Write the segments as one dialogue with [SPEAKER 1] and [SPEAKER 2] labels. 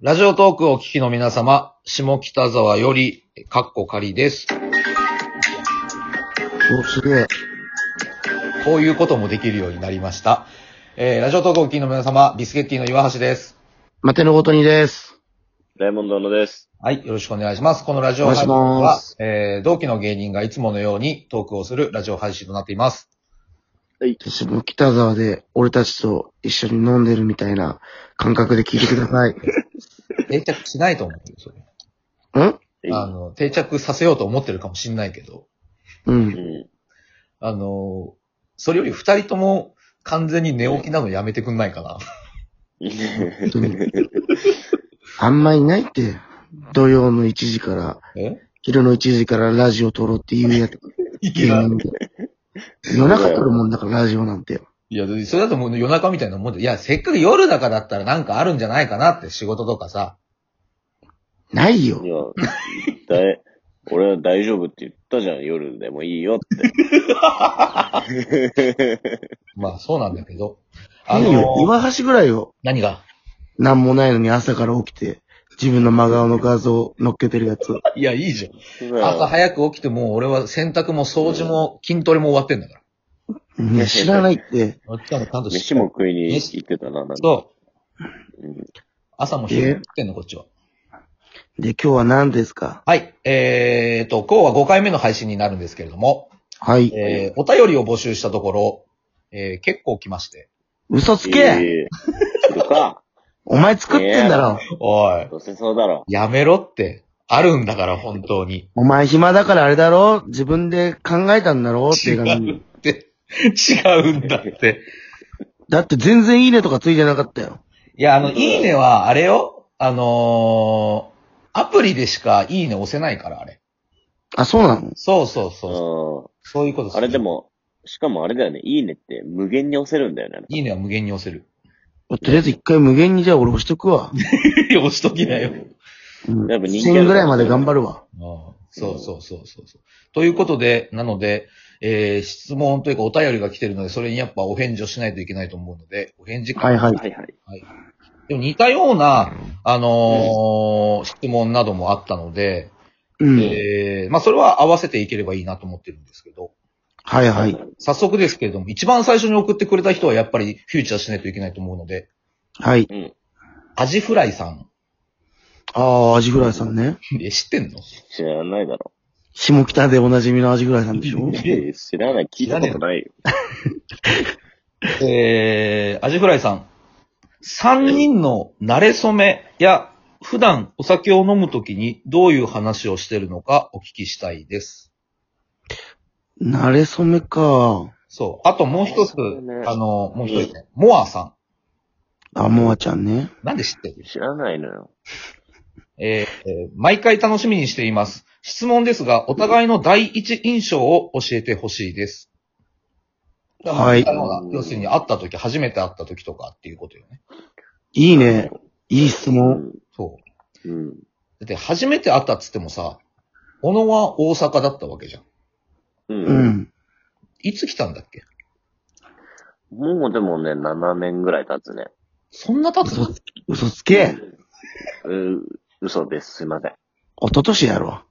[SPEAKER 1] ラジオトークをお聞きの皆様、下北沢より、かっこ仮です。
[SPEAKER 2] お、すげえ。
[SPEAKER 1] こういうこともできるようになりました。えー、ラジオトークをお聞きの皆様、ビスケッティの岩橋です。
[SPEAKER 2] マテのごとにです。
[SPEAKER 3] レモンドのです。
[SPEAKER 1] はい、よろしくお願いします。このラジオ配信
[SPEAKER 2] お願い
[SPEAKER 1] は
[SPEAKER 2] しま、
[SPEAKER 1] えー、同期の芸人がいつものようにトークをするラジオ配信となっています。
[SPEAKER 2] 私も北沢で俺たちと一緒に飲んでるみたいな感覚で聞いてください。
[SPEAKER 1] 定着しないと思うよ、それ。
[SPEAKER 2] ん
[SPEAKER 1] あの、定着させようと思ってるかもしんないけど、
[SPEAKER 2] う。
[SPEAKER 3] うんん。
[SPEAKER 1] あの、それより二人とも完全に寝起きなのやめてくんないかな。
[SPEAKER 2] あんまいないって。土曜の1時から、
[SPEAKER 1] え
[SPEAKER 2] 昼の1時からラジオ撮ろうっていうやつ。
[SPEAKER 1] いき
[SPEAKER 2] 芸
[SPEAKER 1] なり
[SPEAKER 2] 人で夜中撮るもんだから、ラジオなんて。
[SPEAKER 1] いや、それだともう夜中みたいなもんで、いや、せっかく夜だからだったらなんかあるんじゃないかなって仕事とかさ。
[SPEAKER 2] ないよ
[SPEAKER 3] い。や、だい、俺は大丈夫って言ったじゃん、夜でもいいよって。
[SPEAKER 1] まあそうなんだけど。あ
[SPEAKER 2] いいよ。
[SPEAKER 1] の、
[SPEAKER 2] 岩橋ぐらいよ。
[SPEAKER 1] 何が
[SPEAKER 2] なんもないのに朝から起きて、自分の真顔の画像乗っけてるやつ。
[SPEAKER 1] いや、いいじゃん。
[SPEAKER 3] 今
[SPEAKER 1] 朝早く起きてもう俺は洗濯も掃除も筋トレも終わってんだから。
[SPEAKER 2] いや、知らないって。
[SPEAKER 1] あっちはもうちゃんと
[SPEAKER 3] 飯も食いに行ってたな、なんか。
[SPEAKER 1] そう。
[SPEAKER 3] うん
[SPEAKER 1] 朝も昼も食ってんの、こっちは。
[SPEAKER 2] で、今日は何ですか
[SPEAKER 1] はい。えーと、今日は5回目の配信になるんですけれども、
[SPEAKER 2] はい。
[SPEAKER 1] えー、お便りを募集したところ、えー、結構来まして。
[SPEAKER 2] 嘘つけ、
[SPEAKER 3] ええとか、
[SPEAKER 2] お前作ってんだろ、
[SPEAKER 1] おい、
[SPEAKER 3] どうせそうだろ。
[SPEAKER 1] やめろって。あるんだから、本当に。
[SPEAKER 2] お前暇だからあれだろ自分で考えたんだろっていう感じ。
[SPEAKER 1] って、 違うんだって。
[SPEAKER 2] だって全然いいねとかついてなかったよ。
[SPEAKER 1] いや、あの、いいねは、あれよ、あのーアプリでしかいいね押せないから、あれ。
[SPEAKER 2] あ、そうなの
[SPEAKER 1] そうそうそう。
[SPEAKER 3] う
[SPEAKER 1] そういうこと
[SPEAKER 3] ん。あれで
[SPEAKER 1] も。
[SPEAKER 3] も、しかもあれだよね、いいねって無限に押せるんだよね。
[SPEAKER 1] いいねは無限に押せる。
[SPEAKER 2] とりあえず一回無限にじゃあ俺押しとくわ。
[SPEAKER 1] 押しときなよ。
[SPEAKER 2] うん。
[SPEAKER 3] やっぱ人気ある
[SPEAKER 2] 1000ぐらいまで頑張る
[SPEAKER 1] あ
[SPEAKER 2] わ。
[SPEAKER 1] あそうそうそうそうそう。ということで、なので、えー、質問というかお便りが来てるので、それにやっぱお返事をしないといけないと思うので、お返事か
[SPEAKER 2] はいはい。
[SPEAKER 3] はいはい。
[SPEAKER 1] でも似たような、あのー質問などもあったので、
[SPEAKER 2] うん。
[SPEAKER 1] えー、まあそれは合わせていければいいなと思ってるんですけど。
[SPEAKER 2] はいはい。。
[SPEAKER 1] 早速ですけれども、一番最初に送ってくれた人はやっぱりフューチャーしないといけないと思うので、
[SPEAKER 2] はい。
[SPEAKER 3] うん。
[SPEAKER 1] アジフライさん。
[SPEAKER 2] ああ、アジフライさんね。
[SPEAKER 1] え、知ってんの
[SPEAKER 3] 知らないだろ。
[SPEAKER 2] 下北でおなじみのアジフライさんでしょ
[SPEAKER 3] ええ知らない、聞いたことないよ。
[SPEAKER 1] えー、アジフライさん。三人の慣れ初めや、普段お酒を飲むときにどういう話をしてるのかお聞きしたいです。
[SPEAKER 2] 慣れ初めか。
[SPEAKER 1] そう。あともう一つ、
[SPEAKER 3] そうね
[SPEAKER 1] あの、もう一人ね、モアさ
[SPEAKER 2] あ、モアちゃんね。
[SPEAKER 1] ん。なんで知ってる
[SPEAKER 3] 知らないのよ。
[SPEAKER 1] えーえー毎回楽しみにしています。質問ですが、お互いの第一印象を教えてほしいです。
[SPEAKER 2] はい
[SPEAKER 1] あの要するに会った時、初めて会った時とかっていうことよね。
[SPEAKER 2] いいね。いい質問。
[SPEAKER 1] そう。
[SPEAKER 3] うん。うん。
[SPEAKER 1] だって初めて会ったっつってもさ、小野は大阪だったわけじゃん。
[SPEAKER 2] う
[SPEAKER 3] う。
[SPEAKER 2] んん。
[SPEAKER 1] いつ来たんだっけ
[SPEAKER 3] もうでもね、7年ぐらい経つね。
[SPEAKER 1] そんな経つ
[SPEAKER 2] 嘘
[SPEAKER 1] の
[SPEAKER 2] つ嘘つけ。
[SPEAKER 3] う、嘘です。すいません。
[SPEAKER 2] 一昨年やろ。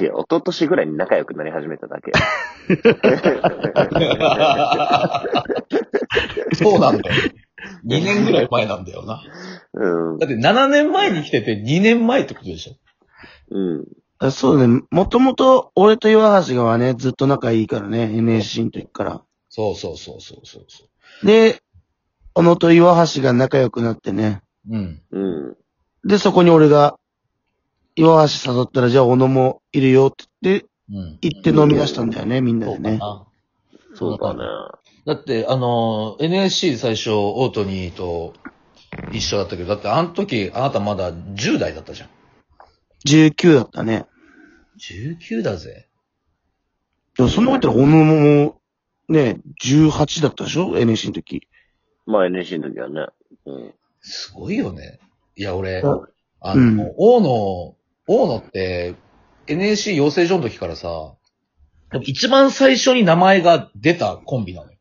[SPEAKER 3] いや、一昨年ぐらいに仲良くなり始めただけ。
[SPEAKER 1] そうなんだよ。2年ぐらい前なんだよな。
[SPEAKER 3] うん。
[SPEAKER 1] だって7年前に来てて2年前ってことでしょ
[SPEAKER 3] うん。
[SPEAKER 2] あそうね。もともと、俺と岩橋がはね、ずっと仲いいからね。NSC の時から。
[SPEAKER 1] そうそうそうそうそうそ
[SPEAKER 2] で、小野と岩橋が仲良くなってね。
[SPEAKER 1] う。うん。
[SPEAKER 3] うん。
[SPEAKER 2] で、そこに俺が、岩橋誘ったら、じゃあ小野もいるよって
[SPEAKER 1] うん。
[SPEAKER 2] 言って、行って飲み出したんだよね、みんな
[SPEAKER 1] そ
[SPEAKER 2] で
[SPEAKER 1] うか
[SPEAKER 2] ね。
[SPEAKER 1] な。
[SPEAKER 3] そうだね。
[SPEAKER 1] だって、あの、NSC 最初、オートニーと一緒だったけど、だってあの時、あなたまだ10代だったじゃん。
[SPEAKER 2] 19だったね。
[SPEAKER 1] 19だぜ。
[SPEAKER 2] でもそんなこと言ったら、小野も、ね、18だったでしょ ?NSC の時。
[SPEAKER 3] まあ NSC の時はね。うん。
[SPEAKER 1] すごいよね。いや、俺
[SPEAKER 2] うん、
[SPEAKER 1] あ
[SPEAKER 2] うん
[SPEAKER 1] の、大野、大野って、NSC 養成所の時からさ、でも一番最初に名前が出たコンビなのよ。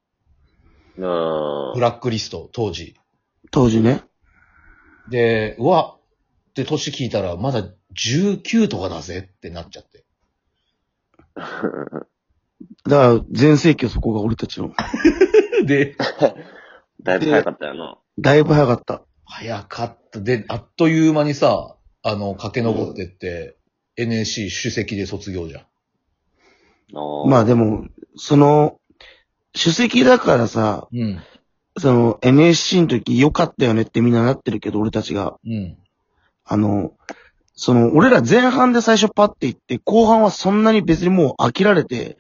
[SPEAKER 3] あ
[SPEAKER 1] ブラックリスト、当時。
[SPEAKER 2] 当時ね。
[SPEAKER 1] で、うわ、って年聞いたら、まだ19とかだぜってなっちゃって。
[SPEAKER 2] だから、全盛期はそこが俺たちの。
[SPEAKER 1] で、
[SPEAKER 3] だいぶ早かったよな。
[SPEAKER 2] だいぶ早かった。
[SPEAKER 1] 早かった。で、あっという間にさ、あの、駆け上ってって、NSC 主席で卒業じゃん。
[SPEAKER 2] まあ
[SPEAKER 3] も。
[SPEAKER 2] でも、その、主席だからさ、
[SPEAKER 1] うん。
[SPEAKER 2] その NSC の時良かったよねってみんななってるけど、俺たちが。
[SPEAKER 1] うん。
[SPEAKER 2] あの、その、俺ら前半で最初パッて行って、後半はそんなに別にもう飽きられて、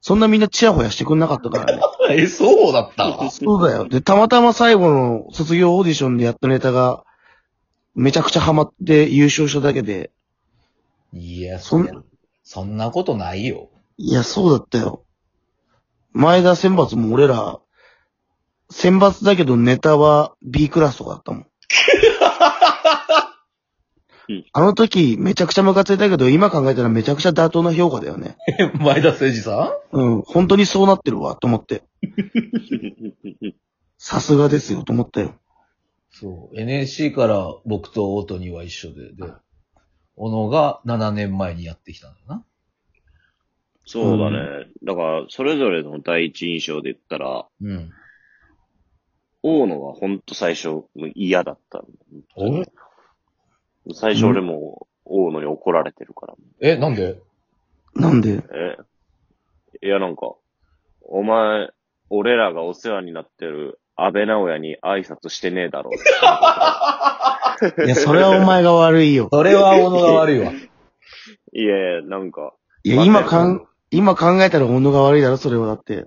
[SPEAKER 2] そんなみんなチヤホヤしてくんなかったからね。
[SPEAKER 1] え、そうだった
[SPEAKER 2] そうだよ。で、たまたま最後の卒業オーディションでやったネタが、めちゃくちゃハマって優勝しただけで、
[SPEAKER 1] いや、そ
[SPEAKER 2] そ
[SPEAKER 1] ん
[SPEAKER 2] ん
[SPEAKER 1] な、そんなことないよ。
[SPEAKER 2] いや、そうだったよ。前田選抜も俺ら、選抜だけどネタは B クラスとかだったもん
[SPEAKER 3] うん。
[SPEAKER 2] あの時めちゃくちゃムカついたけど、今考えたらめちゃくちゃ妥当な評価だよね。
[SPEAKER 1] 前田誠二さ
[SPEAKER 2] うん、本当にそうなってるわ、と思って。さすがですよ、と思ったよ。
[SPEAKER 1] んそう。NSC から僕と大には一緒で、で、小野が7年前にやってきたんだな。
[SPEAKER 3] そうだね。だから、それぞれの第一印象で言ったら、
[SPEAKER 1] うん。
[SPEAKER 3] 大野はほんと最初、もう嫌だった。
[SPEAKER 1] お
[SPEAKER 3] 最初俺も、大野に怒られてるから。
[SPEAKER 1] え、なんで
[SPEAKER 2] なんで、
[SPEAKER 3] えいや、なんか、お前、俺らがお世話になってる安倍直也に挨拶してねえだろ。
[SPEAKER 2] いや、それはお前が悪 いよ。
[SPEAKER 1] それは小野が悪いわ。
[SPEAKER 3] いやいや、なんか、
[SPEAKER 2] いや、今かん、今考えたら本能が悪いだろ、それはだって。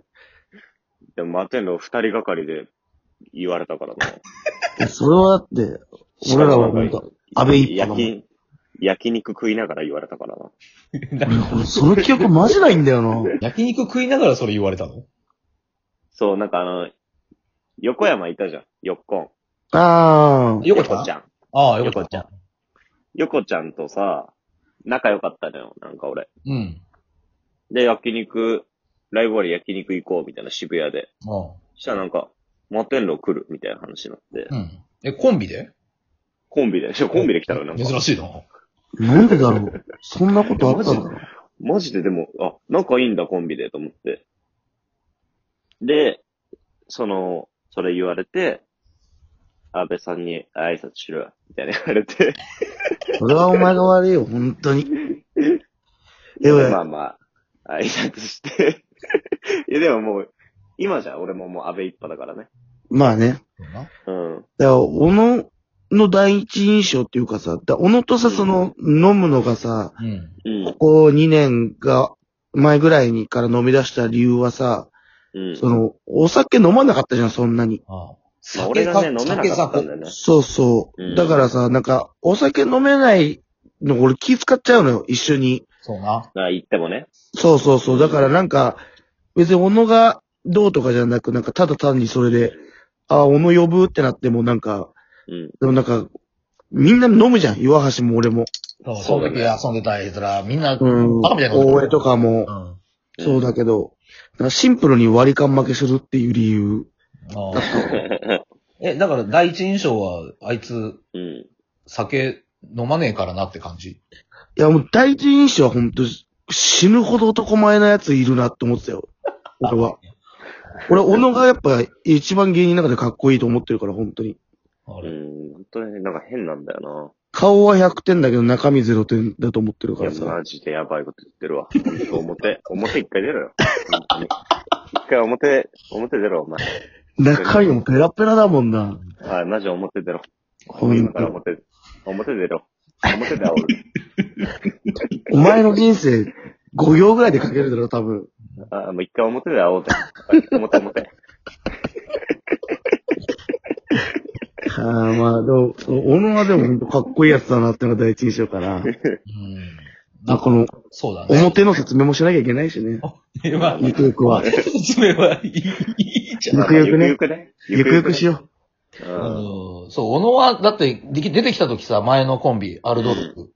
[SPEAKER 3] でも、マテンロ二人がかりで言われたからな。
[SPEAKER 2] いやそれはだって、俺らは本当 安倍一派だもん
[SPEAKER 3] 焼き、焼肉食いながら言われたからな。
[SPEAKER 2] 俺俺その記憶マジないんだよな。
[SPEAKER 1] 焼肉食いながらそれ言われたの
[SPEAKER 3] そう、なんかあの、横山いたじゃん。よっこん。
[SPEAKER 2] ああ。
[SPEAKER 1] よかっ
[SPEAKER 3] 横ち
[SPEAKER 1] た
[SPEAKER 3] ゃん。
[SPEAKER 1] ああ、よかった。
[SPEAKER 3] 横ちゃんとさ、仲良かったのよ。なんか俺。
[SPEAKER 1] うん。
[SPEAKER 3] で、焼肉、ライブ終わり焼肉行こうみたいな渋谷で。
[SPEAKER 1] ああ。
[SPEAKER 3] したらなんか、摩天楼来るみたいな話になって。
[SPEAKER 1] うん。え、コンビで
[SPEAKER 3] コンビで、し かもコンビで来たのよ。なん か
[SPEAKER 1] 珍しいな。
[SPEAKER 2] なんでだろう。そんなことあったんだろう。
[SPEAKER 3] マジででも、あ、仲いいんだ、コンビで、と思って。で、その、それ言われて、安倍さんに挨拶しろ、みたいな言われて。
[SPEAKER 2] それはお前が悪いよ、本当に。でも
[SPEAKER 3] まあまあ、挨拶して。 いや、でももう、今じゃ俺ももう安倍一派だからね。
[SPEAKER 2] まあね。
[SPEAKER 1] そうな
[SPEAKER 3] うん。
[SPEAKER 2] だから、小野の第一印象っていうかさ、だ小野とさ、その、飲むのがさ、
[SPEAKER 1] うん。
[SPEAKER 3] うん
[SPEAKER 2] こ。こ2年が、前ぐらいにから飲み出した理由はさ、
[SPEAKER 3] うん。
[SPEAKER 2] その、お酒飲まなかったじゃん、そんなに。
[SPEAKER 1] ああ。
[SPEAKER 3] まあ、俺がね、飲めな
[SPEAKER 1] 酒
[SPEAKER 3] か
[SPEAKER 1] さ
[SPEAKER 3] ったんだよね。
[SPEAKER 2] そうそうう。
[SPEAKER 3] ん
[SPEAKER 2] だからさ、なんか、お酒飲めないの、俺気使っちゃうのよ、一緒に。
[SPEAKER 1] そうな。
[SPEAKER 3] あ、言ってもね。
[SPEAKER 2] そうそうそう。だからなんか、別に小野がどうとかじゃなく、なんかただ単にそれで、ああ、小野呼ぶってなってもなんか、
[SPEAKER 3] うん。
[SPEAKER 2] でもなんか、みんな飲むじゃん。岩橋も俺も。
[SPEAKER 1] そう、そ
[SPEAKER 3] そう
[SPEAKER 1] の
[SPEAKER 3] だ
[SPEAKER 1] 時遊
[SPEAKER 3] ね
[SPEAKER 1] んでた奴ら、みんな、
[SPEAKER 2] うん。
[SPEAKER 1] バカみたいなこと
[SPEAKER 2] 大江とかも
[SPEAKER 1] う、ん。
[SPEAKER 2] そうだけど、なんかシンプルに割り勘負けするっていう理由。
[SPEAKER 1] ああえ、だから第一印象は、あいつ、
[SPEAKER 3] うん。
[SPEAKER 1] 酒飲まねえからなって感じ。
[SPEAKER 2] いや、もう第一印象は本当死ぬほど男前なやついるなって思ってたよ。俺 は。俺、小野がやっぱ一番芸人の中でかっこいいと思ってるから、本当に。
[SPEAKER 1] あ
[SPEAKER 3] う
[SPEAKER 1] れ。
[SPEAKER 3] ん。本当になんか変なんだよ
[SPEAKER 2] 顔は100点だけど中身0点だと思ってる
[SPEAKER 3] な。い
[SPEAKER 2] からさ
[SPEAKER 3] や、。マジでやばいこと言ってるわ。本当表、表一回出ろよ。本当に。一回表、表出ろ、お前。
[SPEAKER 2] 中身もペラペラだもんな。
[SPEAKER 3] はい、マジ表出ろ。
[SPEAKER 2] ほん
[SPEAKER 3] 今から
[SPEAKER 2] と。
[SPEAKER 3] 表、表出ろ。表で煽る。
[SPEAKER 2] お前の人生、5行ぐらいで書けるだろ、多分。
[SPEAKER 3] あ、もう一回表で煽おうぜ。はい表、表。
[SPEAKER 2] ああ、まあ、でも、その小野はでも本当かっこいいやつだなってのが第一印象から。
[SPEAKER 1] うん。
[SPEAKER 2] まあ、この、
[SPEAKER 1] そうだね。
[SPEAKER 2] 表の説明もしなきゃいけないしね。
[SPEAKER 1] まあ、
[SPEAKER 2] ゆくゆくは。
[SPEAKER 1] 説明はいい、いいじゃん。
[SPEAKER 2] ゆくゆくね
[SPEAKER 3] ゆくゆくね。
[SPEAKER 2] ゆくゆくしよ
[SPEAKER 3] う
[SPEAKER 1] あ
[SPEAKER 3] ん。
[SPEAKER 1] のそう、小野は、だって、でき出てきた時さ、前のコンビ、アルドルク。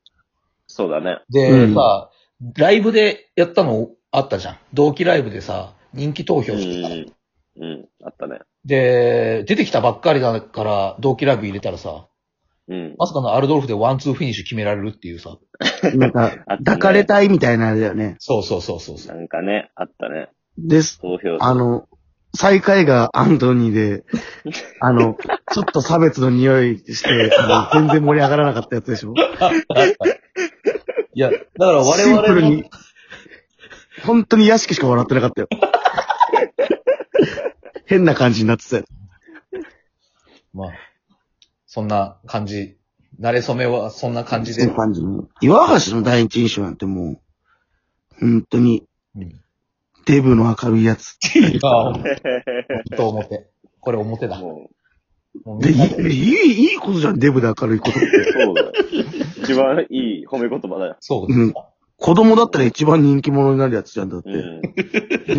[SPEAKER 3] そうだね。
[SPEAKER 1] で、
[SPEAKER 2] うん
[SPEAKER 1] さ、ライブでやったのあったじゃん。同期ライブでさ、人気投
[SPEAKER 3] う
[SPEAKER 1] 票してた。
[SPEAKER 3] ん。うん。あったね。
[SPEAKER 1] で、出てきたばっかりだから、同期ライブ入れたらさ、
[SPEAKER 3] うん。
[SPEAKER 1] まさかのアルドルフでワンツーフィニッシュ決められるっていうさ。
[SPEAKER 2] なんか、
[SPEAKER 3] あったね
[SPEAKER 2] 抱かれたいみたいなあれだよね。
[SPEAKER 1] そうそうそうそうそう。
[SPEAKER 3] なんかね、あったね。
[SPEAKER 2] です。
[SPEAKER 3] 投票。
[SPEAKER 2] あの、最下位がアントニーで、あの、ちょっと差別の匂いして、あの全然盛り上がらなかったやつでしょ。
[SPEAKER 1] いや、だから我
[SPEAKER 2] シン
[SPEAKER 1] 々
[SPEAKER 2] プル
[SPEAKER 1] の、
[SPEAKER 2] に、本当に屋敷しか笑ってなかったよ。 変な感じになってたよ。
[SPEAKER 1] まあ、そんな感じ。慣れ初めはそんな感じで。
[SPEAKER 2] 感じの。岩橋の第一印象なんてもう、本当に、
[SPEAKER 1] うん
[SPEAKER 2] デブの明るいやつ。
[SPEAKER 1] いや、ほんと表。これ表だ。も
[SPEAKER 3] も
[SPEAKER 1] う
[SPEAKER 2] で、
[SPEAKER 1] み
[SPEAKER 2] い
[SPEAKER 1] んなで
[SPEAKER 2] い、いい、いいことじゃん、デブで明るいことって。
[SPEAKER 3] う、 そうだよ。一番いい褒め言葉だよ。
[SPEAKER 1] そう
[SPEAKER 2] う
[SPEAKER 1] です。
[SPEAKER 2] ん。子供だったら一番人気者になるやつじゃん、だって。
[SPEAKER 3] うん。
[SPEAKER 2] デ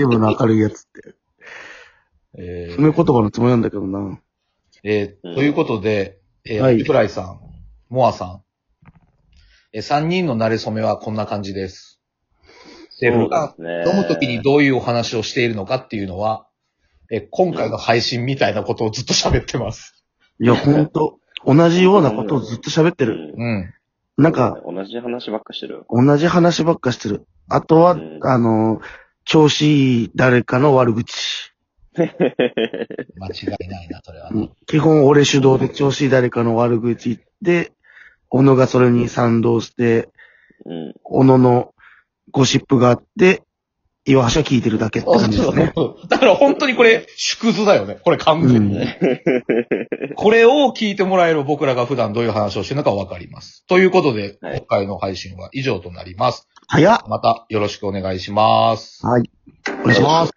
[SPEAKER 2] ブの明るいやつって。
[SPEAKER 1] え
[SPEAKER 2] 褒
[SPEAKER 1] ー
[SPEAKER 2] め言葉のつもりなんだけどな。
[SPEAKER 1] えーということで、えー、
[SPEAKER 2] はい
[SPEAKER 1] フライさん、モアさん、えー、3人の慣れ初めはこんな感じです。セブが
[SPEAKER 3] そうですね
[SPEAKER 1] 飲むときにどういうお話をしているのかっていうのは、えー今回の配信みたいなことをずっと喋ってます。
[SPEAKER 2] いや、ほんと、同じようなことをずっと喋ってる。
[SPEAKER 3] う
[SPEAKER 1] う
[SPEAKER 3] ん
[SPEAKER 1] ん。
[SPEAKER 2] なんか、、
[SPEAKER 3] 同じ話ばっかしてる よ。
[SPEAKER 2] 同じ話ばっかしてる。あとは、
[SPEAKER 3] うん
[SPEAKER 2] あの、調子いい誰かの悪口。
[SPEAKER 1] 間違いないな、それは
[SPEAKER 2] う
[SPEAKER 1] ね。
[SPEAKER 2] ん基本俺主導で調子いい誰かの悪口言って、小野がそれに賛同して、
[SPEAKER 3] うん。
[SPEAKER 2] 小野のゴシップがあって、岩橋は聞いてるだけって
[SPEAKER 1] そう
[SPEAKER 2] 感じですね。
[SPEAKER 1] そうだから本当にこれ、縮図だよね。これ完全に。 これを聞いてもらえる僕らが普段どういう話をしてるのかわかります。ということで、
[SPEAKER 3] はい
[SPEAKER 1] 今回の配信は以上となります。
[SPEAKER 2] 早っ
[SPEAKER 1] またよろしくお願いします。
[SPEAKER 2] はい。お願いします。